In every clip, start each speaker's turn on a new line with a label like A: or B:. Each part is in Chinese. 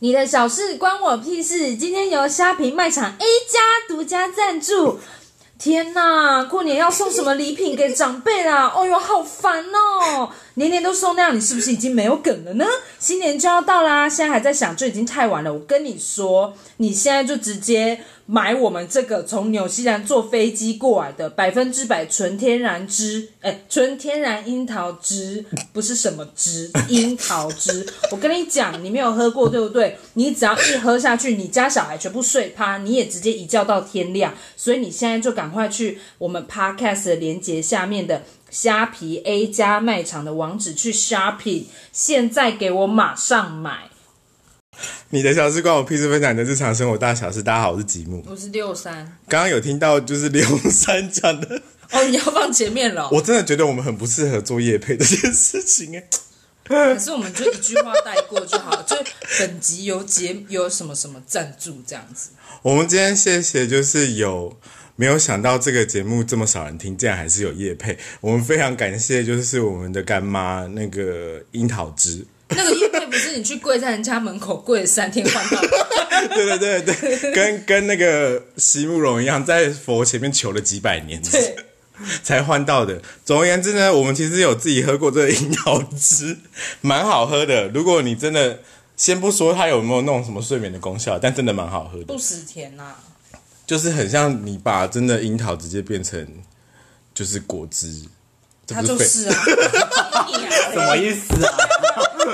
A: 你的小事关我屁事。今天由虾皮卖场 A 加独家赞助。天呐，过年要送什么礼品给长辈啦？ 哦哟，好烦哦！年年都送那样，你是不是已经没有梗了呢？新年就要到啦，现在还在想，就已经太晚了。我跟你说，你现在就直接买我们这个从纽西兰坐飞机过来的百分之百纯天然汁，哎，纯天然樱桃汁，不是什么汁，樱桃汁。我跟你讲，你没有喝过对不对？ 你只要一喝下去，你家小孩全部睡趴，你也直接一觉到天亮。所以你现在就赶快去我们 podcast 的连接下面的虾皮 A 加卖场的网址去 shopping，现在给我马上买。
B: 你的小事关我屁事，分享你的日常生活大小事。大家好，我是吉木。
A: 我是六三，
B: 刚刚有听到就是刘三讲的，
A: 哦，你要放前面 了哦，
B: 我真的觉得我们很不适合做夜配这件事情哎、
A: 可是我们就一句话带过就好了，就本集有节有什么什么赞助这样子。
B: 我们今天谢谢，就是有没有想到这个节目这么少人听，竟然还是有夜配。我们非常感谢，就是我们的干妈那个樱桃汁。
A: 那个叶配不是你去跪在人家门口跪了三天换 到的，
B: 对对对对，跟跟那个席慕容一样，在佛前面求了几百年。
A: 对，
B: 才换到的。总而言之呢，我们其实有自己喝过这个樱桃汁，蛮好喝的。如果你真的先不说它有没有那种什么睡眠的功效，但真的蛮好喝的，
A: 不死甜呐、
B: 就是很像你把真的樱桃直接变成就是果汁，这
A: 他
B: 不
A: 就是
B: 废
A: 是啊，什
C: 什么意思啊？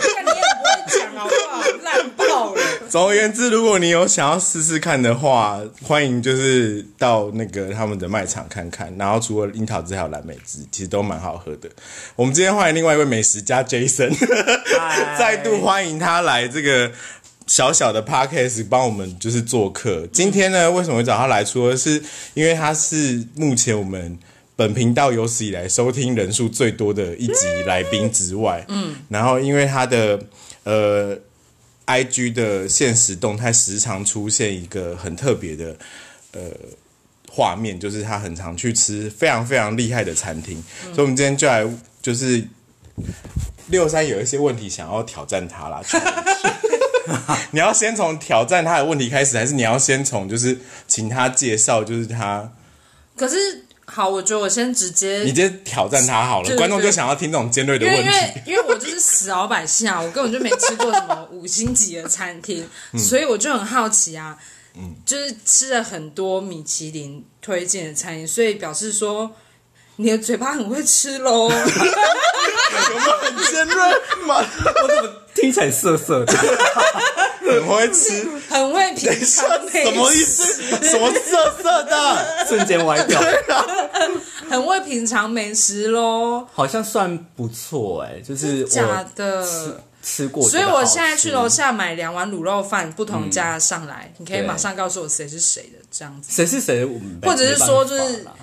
A: 看你也不会讲好不好？烂爆了！
B: 总而言之，如果你有想要试试看的话，欢迎就是到那个他们的卖场看看。然后除了樱桃汁还有蓝莓汁，其实都蛮好喝的。我们今天欢迎另外一位美食家 Jason，
C: 嗨
B: 再度欢迎他来这个小小的 podcast 帮我们就是做客。今天呢，为什么会找他来？除了是因为他是目前我们。本频道有史以来收听人数最多的一集来宾之外，嗯，然后因为他的呃 IG 的现实动态时常出现一个很特别的呃画面，就是他很常去吃非常非常厉害的餐厅，
A: 嗯
B: 所以我们今天就来就是六三有一些问题想要挑战他 啦。你要先从挑战他的问题开始，还是你要先从就是请他介绍，就是他
A: 可是好，我觉得我先直接，
B: 你直接挑战他好
A: 对
B: 了，
A: 对
B: 观众就想要听这种尖锐的
A: 因为
B: 问
A: 因
B: 题。
A: 为因为我就是死老百姓啊，我根本就没吃过什么五星级的餐厅，
B: 嗯
A: 所以我就很好奇啊，就是吃了很多米其林推荐的餐厅，所以表示说你的嘴巴很会吃喽。
B: 有没有 很尖锐 吗？
C: 我怎么听起来涩涩的？
B: 很会吃，
A: 很会 品尝美
B: 哎什么意
A: 食，
B: 思？什么色色的？
C: 瞬间歪掉，
A: 很会品尝美食喽，
C: 好像算不错哎、就是
A: 假
C: 我
A: 的。
C: 吃过，
A: 所以我现在去
C: 去
A: 楼下买两碗卤肉饭，不同家上来，你可以
C: 嗯对
A: 马上告诉我谁是谁的，这样子
C: 谁是谁，我们没
A: 或者是说就是
C: 没办法啦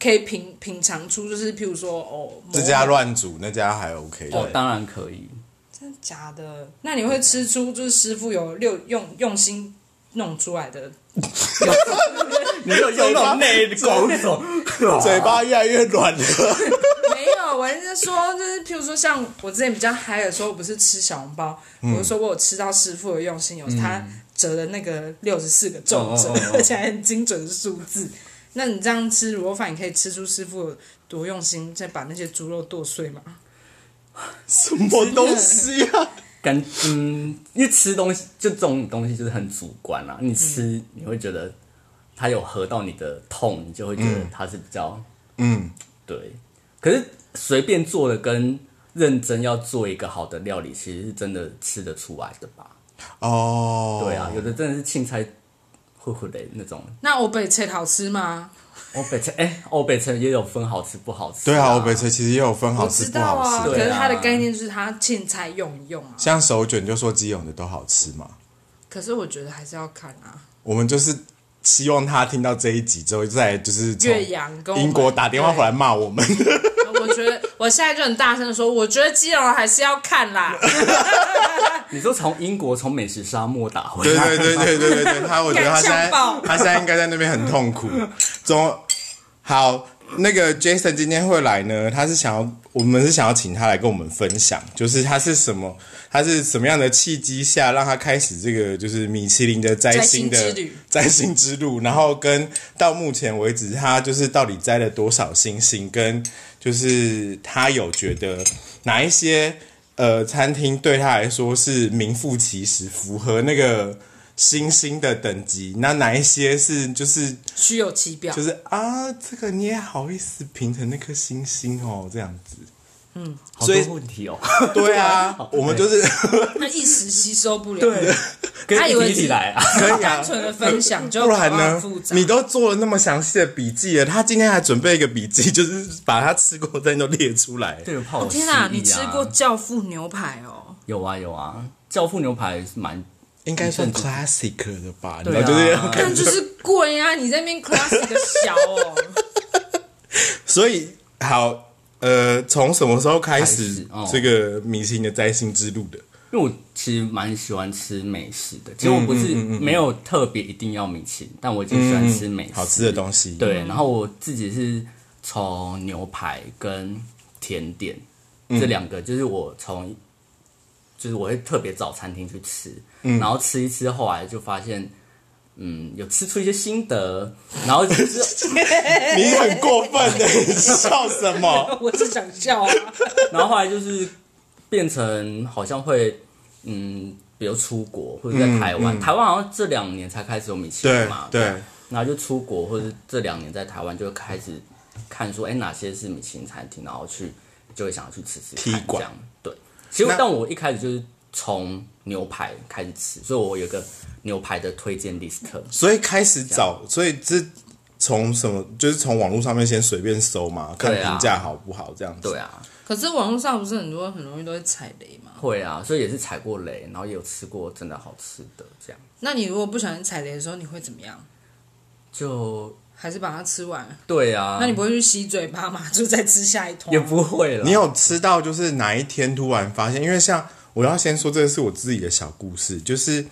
A: 可以品品尝出，就是譬如说哦，某
B: 这家乱煮，那家还 OK。
C: 哦，当然可以，
A: 真的假的？那你会吃出就是师傅有六用用心弄出来的，
C: 你有 有啊那种内啊狗种
B: 嘴巴越来越软了。
A: 没有，我是说，就是譬如说，像我之前比较嗨的时候，我不是吃小笼包，
C: 嗯
A: 我就说我有吃到师傅的用心，有他折的那个六十四个皱褶，
C: 嗯哦哦哦哦
A: 而且还很精准的数字。那你这样吃卤肉饭，你可以吃出师傅有多用心，再把那些猪肉剁碎嘛？
B: 什么东西啊？
C: 感嗯，因为吃东西就这种东西就是很主观啦。你吃
B: 嗯
C: 你会觉得它有合到你的痛，你就会觉得它是比较
B: 嗯，
C: 对。可是随便做的跟认真要做一个好的料理，其实是真的吃得出来的吧？
B: 哦，
C: 对啊，有的真的是青菜会会的那种。
A: 那欧贝菜好吃吗？
C: 欧北菜哎，欧北菜也有分好吃不好吃、
B: 对啊，我北车其实也有分好
A: 我
B: 吃
A: 知
B: 不
A: 道
B: 好
A: 啊，
B: 吃，
C: 对
A: 可
C: 啊
A: 是它的概念就是它苋菜用一用啊。
B: 像手卷就说基隆的都好吃嘛。
A: 可是我觉得还是要看啊，
B: 我们就是希望他听到这一集之后，再来就是从
A: 岳阳跟我们
B: 英国打电话回来骂我们。
A: 我觉得我现在就很大声的说，我觉得基隆还是要看啦。
C: 你说从英国从美食沙漠打 回
B: 对对
C: 来，
B: 对对 对对对，他我觉得他现在
A: 敢呛爆
B: 他现在应该在那边很痛苦。总好，那个 Jason 今天会来呢，他是想要，我们是想要请他来跟我们分享，就是他是什么，他是什么样的契机下让他开始这个就是米其林的摘星
D: 摘
B: 的
D: 星之旅
B: 摘星之路，然后跟到目前为止他就是到底摘了多少星星，跟就是他有觉得哪一些呃餐厅对他来说是名副其实，符合那个。星星的等级，那哪一些是就是
D: 虚有其表，
B: 就是啊，这个你也好意思评成那颗星星哦，这样子。
C: 好
B: 所以
C: 多问题哦，
B: 对啊，我们就是
D: 他一时吸收不了，
C: 跟
D: 他以为
C: 一
D: 是
C: 题一题 来啊，
B: 可以啊
D: 单，纯的分享就
B: 不然
D: 很
B: 呢
D: 复？杂。
B: 你都做了那么详细的笔记了，他今天还准备一个笔记，就是把他吃过的东西都列出来。
C: 对，怕我
D: 哦天
B: 啊
C: 哪，
D: 你吃过教父牛排 哦？
C: 有啊有啊，教父牛排是蛮
B: 应该算 classic 的吧？
C: 对啊
B: 你知道就是要
D: 但
B: 看
D: 就是贵啊！你在那边 class 个小哦，
B: 所以好，呃，从什么时候开
C: 开
B: 始
C: 始哦
B: 这个明星的摘星之路的？
C: 因为我其实蛮喜欢吃美食的，其实我不
B: 嗯
C: 是没有特别一定要米其林，但我就喜欢吃美食，
B: 嗯好吃的东西，，
C: 对，然后我自己是从牛排跟甜点、
B: 嗯
C: 这两个，就是我从，就是我会特别找餐厅去吃，
B: 嗯
C: 然后吃一吃，后来就发现，嗯，有吃出一些心得，然后就是
B: 你很过分的，你笑什么？
D: 我是想笑啊。
C: 然后后来就是变成好像会，嗯，比如出国或者在台湾，台湾好像这两年才开始有米其林
B: 嗯对
C: 嘛，
B: 对，
C: 然后就出国或者是这两年在台湾就开始看说，哎、哪些是米其林餐厅，然后去就会想要去吃吃
B: 踢
C: 看
B: 馆
C: 这样。对，其实
B: 那
C: 但我一开始就是从牛排开始吃，所以我有一个牛排的推荐 list。
B: 所以开始找，所以这从什么？就是从网络上面先随便搜嘛，看
C: 对啊
B: 评价好不好这样子。
C: 对啊，
D: 可是网络上不是很多很容易都会踩雷吗？
C: 会啊，所以也是踩过雷，然后也有吃过真的好吃的这样。
D: 那你如果不小心踩雷的时候，你会怎么样？
C: 就
D: 还是把它吃
B: 嗯
D: 完？
C: 对啊，
D: 那你不会去吸嘴巴嘛？ 就再吃下一桶？
C: 也不会了。
B: 你有吃到就是哪一天突然发现？因为像我要先说，这是我自己的小故事，就是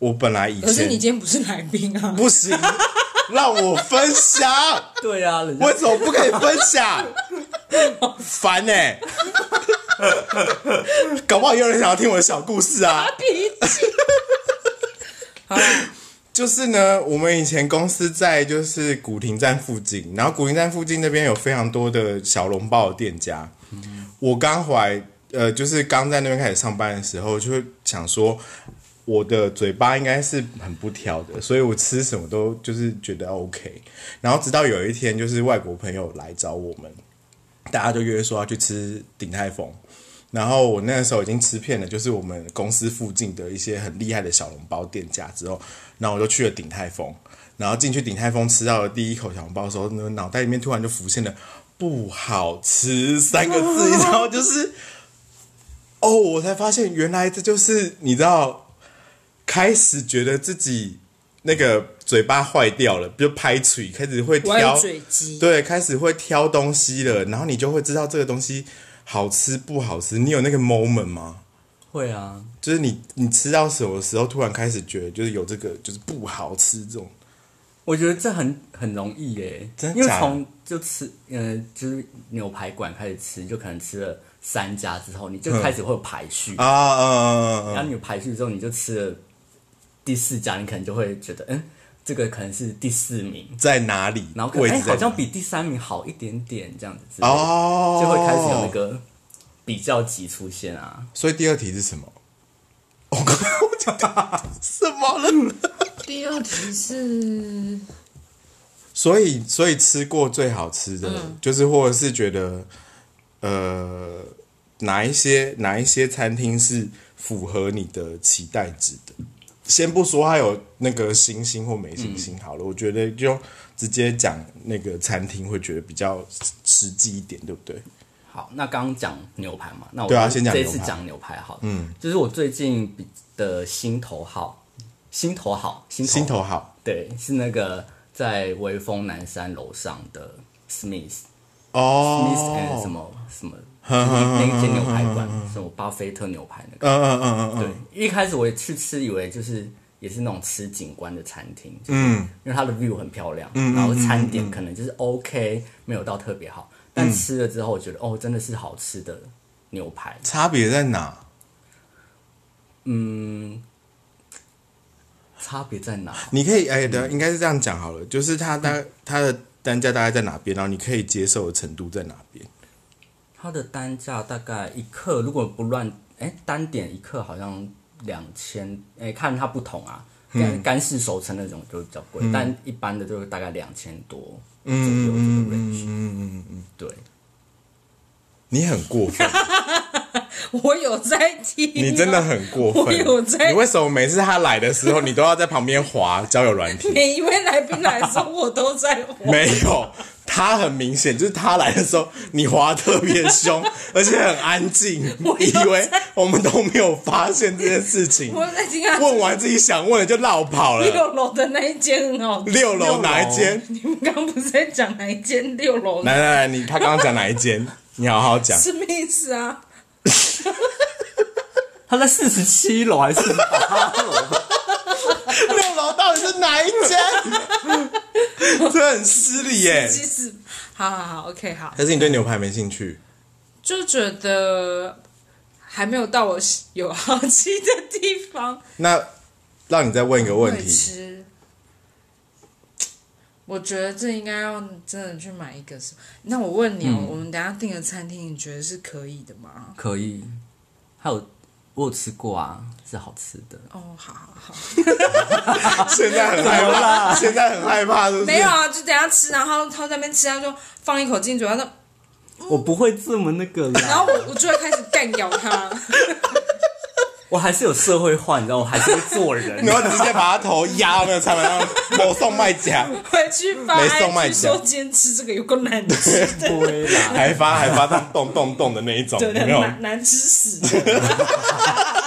B: 我本来以
D: 可是
B: 前
D: 你今天不是来宾啊，
B: 不行，让我分享，
C: 对啊，人家
B: 为什么不可以分享？烦呢、欸，搞不好也有人想要听我的小故事啊。
D: 好啦，
B: 就是呢，我们以前公司在就是古亭站附近，然后古亭站附近那边有非常多的小笼包的店家。我刚回来，呃，就是刚在那边开始上班的时候，就会想说，我的嘴巴应该是很不挑的，所以我吃什么都就是觉得 OK。然后直到有一天，就是外国朋友来找我们，大家就约说要去吃鼎泰丰。然后我那个时候已经吃遍了，就是我们公司附近的一些很厉害的小笼包店家之后，然后我就去了鼎泰丰，然后进去鼎泰丰吃到了第一口小笼包的时候，那个脑袋里面突然就浮现了“不好吃”三个字，然后就是，哦，我才发现原来这就是你知道，开始觉得自己那个嘴巴坏掉了，就拍嘴开始会
D: 我
B: 挑
D: 要有嘴鸡。
B: 对，开始会挑东西了，然后你就会知道这个东西好吃不好吃。你有那个 moment 吗？
C: 会啊，
B: 就是你你吃到什么时候突然开始觉得就是有这个就是不好吃这种，
C: 我觉得这很很容易耶，
B: 真的
C: 因为
B: 假的
C: 从就吃，呃，就是牛排馆开始吃，就可能吃了三家之后，你就
B: 嗯
C: 开始会有排序，
B: 啊啊
C: 然后你有排序之后，你就吃了第四家，你可能就会觉得，嗯，这个可能是第四名，
B: 在哪里？
C: 然后可
B: 位
C: 能
B: 置
C: 哎、
B: 在
C: 好像
B: 哪
C: 比第三名好一点点这样子之类的，
B: 哦，
C: 就会开始有那。个比较级出现啊。
B: 所以第二题是什么？ 我刚刚我讲到什么了？
D: 第二题是
B: 所以所以吃过最好吃的，就是或者是觉得呃哪一些哪一些餐厅是符合你的期待值的。先不说它有那个星星或没星星好了，我觉得就直接讲那个餐厅会觉得比较实际一点，对不对？
C: 好，那刚刚讲牛排嘛，那我
B: 对啊
C: 就
B: 先讲
C: 这
B: 牛排
C: 次讲牛排好，嗯，就是我最近比的心头好，心头好，心头
B: 心头好
C: 对，是那个在威风南山楼上的 Smith、Smith and 呃
B: 哦，
C: 什么什么，就是那间牛排馆，什么巴菲特牛排那个，
B: 嗯嗯嗯嗯嗯，
C: 对，一开始我也去吃，以为就是也是那种吃景观的餐厅，嗯，因为它的 view 很漂亮，然后餐点可能就是 OK，没有到特别好，但吃了之后我觉得哦，真的是好吃的牛排，
B: 差别在哪？
C: 嗯差别在哪？
B: 你可以哎，
A: 嗯
B: 对，应该是这样讲好了，就是它大它的单价大概在哪边，然后你可以接受的程度在哪边？
C: 它的单价大概一克，如果不乱，哎，单点一克好像两千，哎，看它不同啊。干干式熟成那种就比较贵，但一般的就大概两千多左右这个 range。嗯嗯嗯，对，
B: 你很 过分，
A: 我有在听、啊
B: 你真的很过分。
A: 我有在
B: 你为什么每次他来的时候，你都要在旁边滑交友 软体？
A: 每一位来宾来的时候，我都在我
B: 没有，他很明显就是他来的时候，你滑得特别 凶，而且很安静，以为我们都没有发现这件事情。
A: 我在听啊，
B: 问完自己想问的就绕跑了。
A: 六楼的那一间很好吃。
B: 六楼哪一间？
A: 你们刚不是在讲哪一间六楼？
B: 来来来，你他刚刚讲哪一间？你好好讲。
A: 什么意思啊？
C: 它在四十七楼还是四十八楼？
B: 六楼到底是哪一间？ 这很失礼耶。
A: 其实，好好好，OK，好，
B: 可是你对牛排没兴趣？
A: 就觉得还没有到我有好奇的地方。
B: 那让你再问一个问
A: 会
B: 题，
A: 吃。我觉得这应该要真的去买一个什么？那我问你哦，
B: 嗯
A: 我们等一下订的餐厅，你觉得是可以的吗？
C: 可以，还有我有吃过啊，是好吃的。
A: 哦，好好好，
B: 现在很害怕，现在很害怕，是不是？
A: 没有啊，就等一下吃，然后他在那边吃，他就放一口进嘴，他说，
C: 我不会这么那个
A: 然
C: 啦，
A: 后我我就会开始干咬他。
C: 我还是有社会化，你知道，我还是会做人。
B: 然后直接把他头压到那个餐盘 上，某送卖家，
A: 回去发
B: 没送麦
A: IG
B: 讲
A: 说今天吃这个有够难吃 的，
C: 对啦，
B: 还发还发到动动动的那一种，有
A: 对
B: 没有？
A: 难难吃死了。。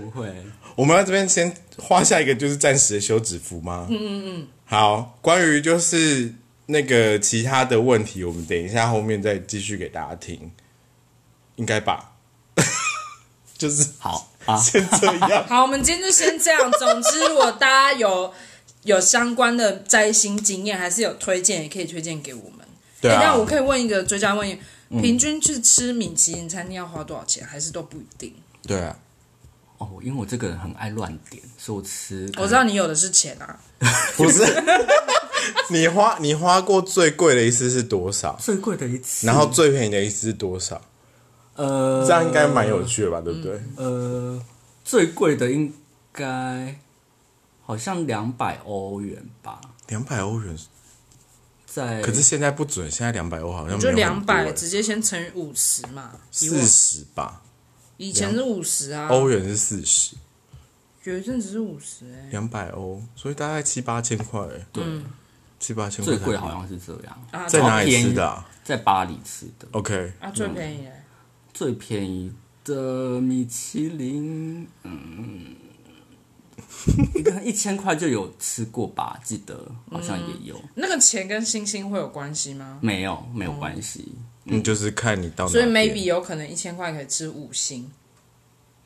C: 不会。
B: 我们要这边先画下一个就是暂时的休止符吗？嗯嗯嗯。好，关于就是那个其他的问题，我们等一下后面再继续给大家听，应该吧？ 就是
C: 好啊，
B: 先这样
A: 好，我们今天就先这样。总之，如果大家有有相关的摘星经验，还是有推荐，也可以推荐给我们。
B: 对
A: 诶
B: 啊
A: 哎那我可以问一个追加问题：平均去吃米其林餐厅要花多少钱？还是都不一定？
B: 对啊，
C: 哦，因为我这个人很爱乱点，所以我吃
A: 我知道你有的是钱啊，
B: 不是 你花你花过最贵的一次是多少？
C: 最贵的一次，
B: 然后最便宜的一次是多少？
C: 呃，
B: 这样应该蛮有趣的吧？对不对？
A: 嗯
C: 呃，最贵的应该好像两百欧元吧，
B: 两百欧元，
C: 在
B: 可是现在不准，现在两百欧好像
A: 就
B: 没有很
A: 两
B: 多
A: 百，
B: 欸
A: 直接先乘以五十嘛。以我
B: 四十吧，
A: 以前是五十啊，
B: 欧元是四十，
A: 有一阵子是五十哎。
B: 两百欧，所以大概七八千块欸，
C: 对
A: 嗯
B: 七八千块
C: 最
B: 台币。
C: 贵好像是这样，
A: 啊，
B: 在哪里
C: 便宜
B: 吃的啊
C: 在巴黎吃的
B: ？OK，
A: 啊，最便宜欸
C: 最便宜的米其林，嗯，一个一千块就有吃过吧，记得好像也有，
A: 那个钱跟星星会有关系吗？
C: 没有没有关系，
B: 嗯，就是看你到哪
A: 所以
B: 边。
A: maybe 有可能一千块可以吃五星。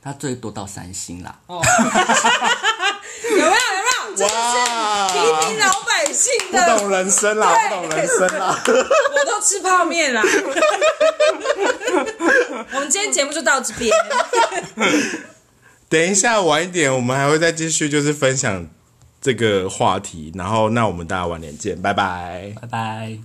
C: 它最多到三星啦。
A: 有没有？有没有？这
B: 哇
A: 平，民啊老百姓
B: 不
A: 的，
B: 懂人生啦，不懂人生啦。
A: 我都吃泡面啦。 我们今天节目就到这边，
B: 等一下晚一点，我们还会再继续就是分享这个话题，然后那我们大家晚点见，拜拜。
C: 拜拜。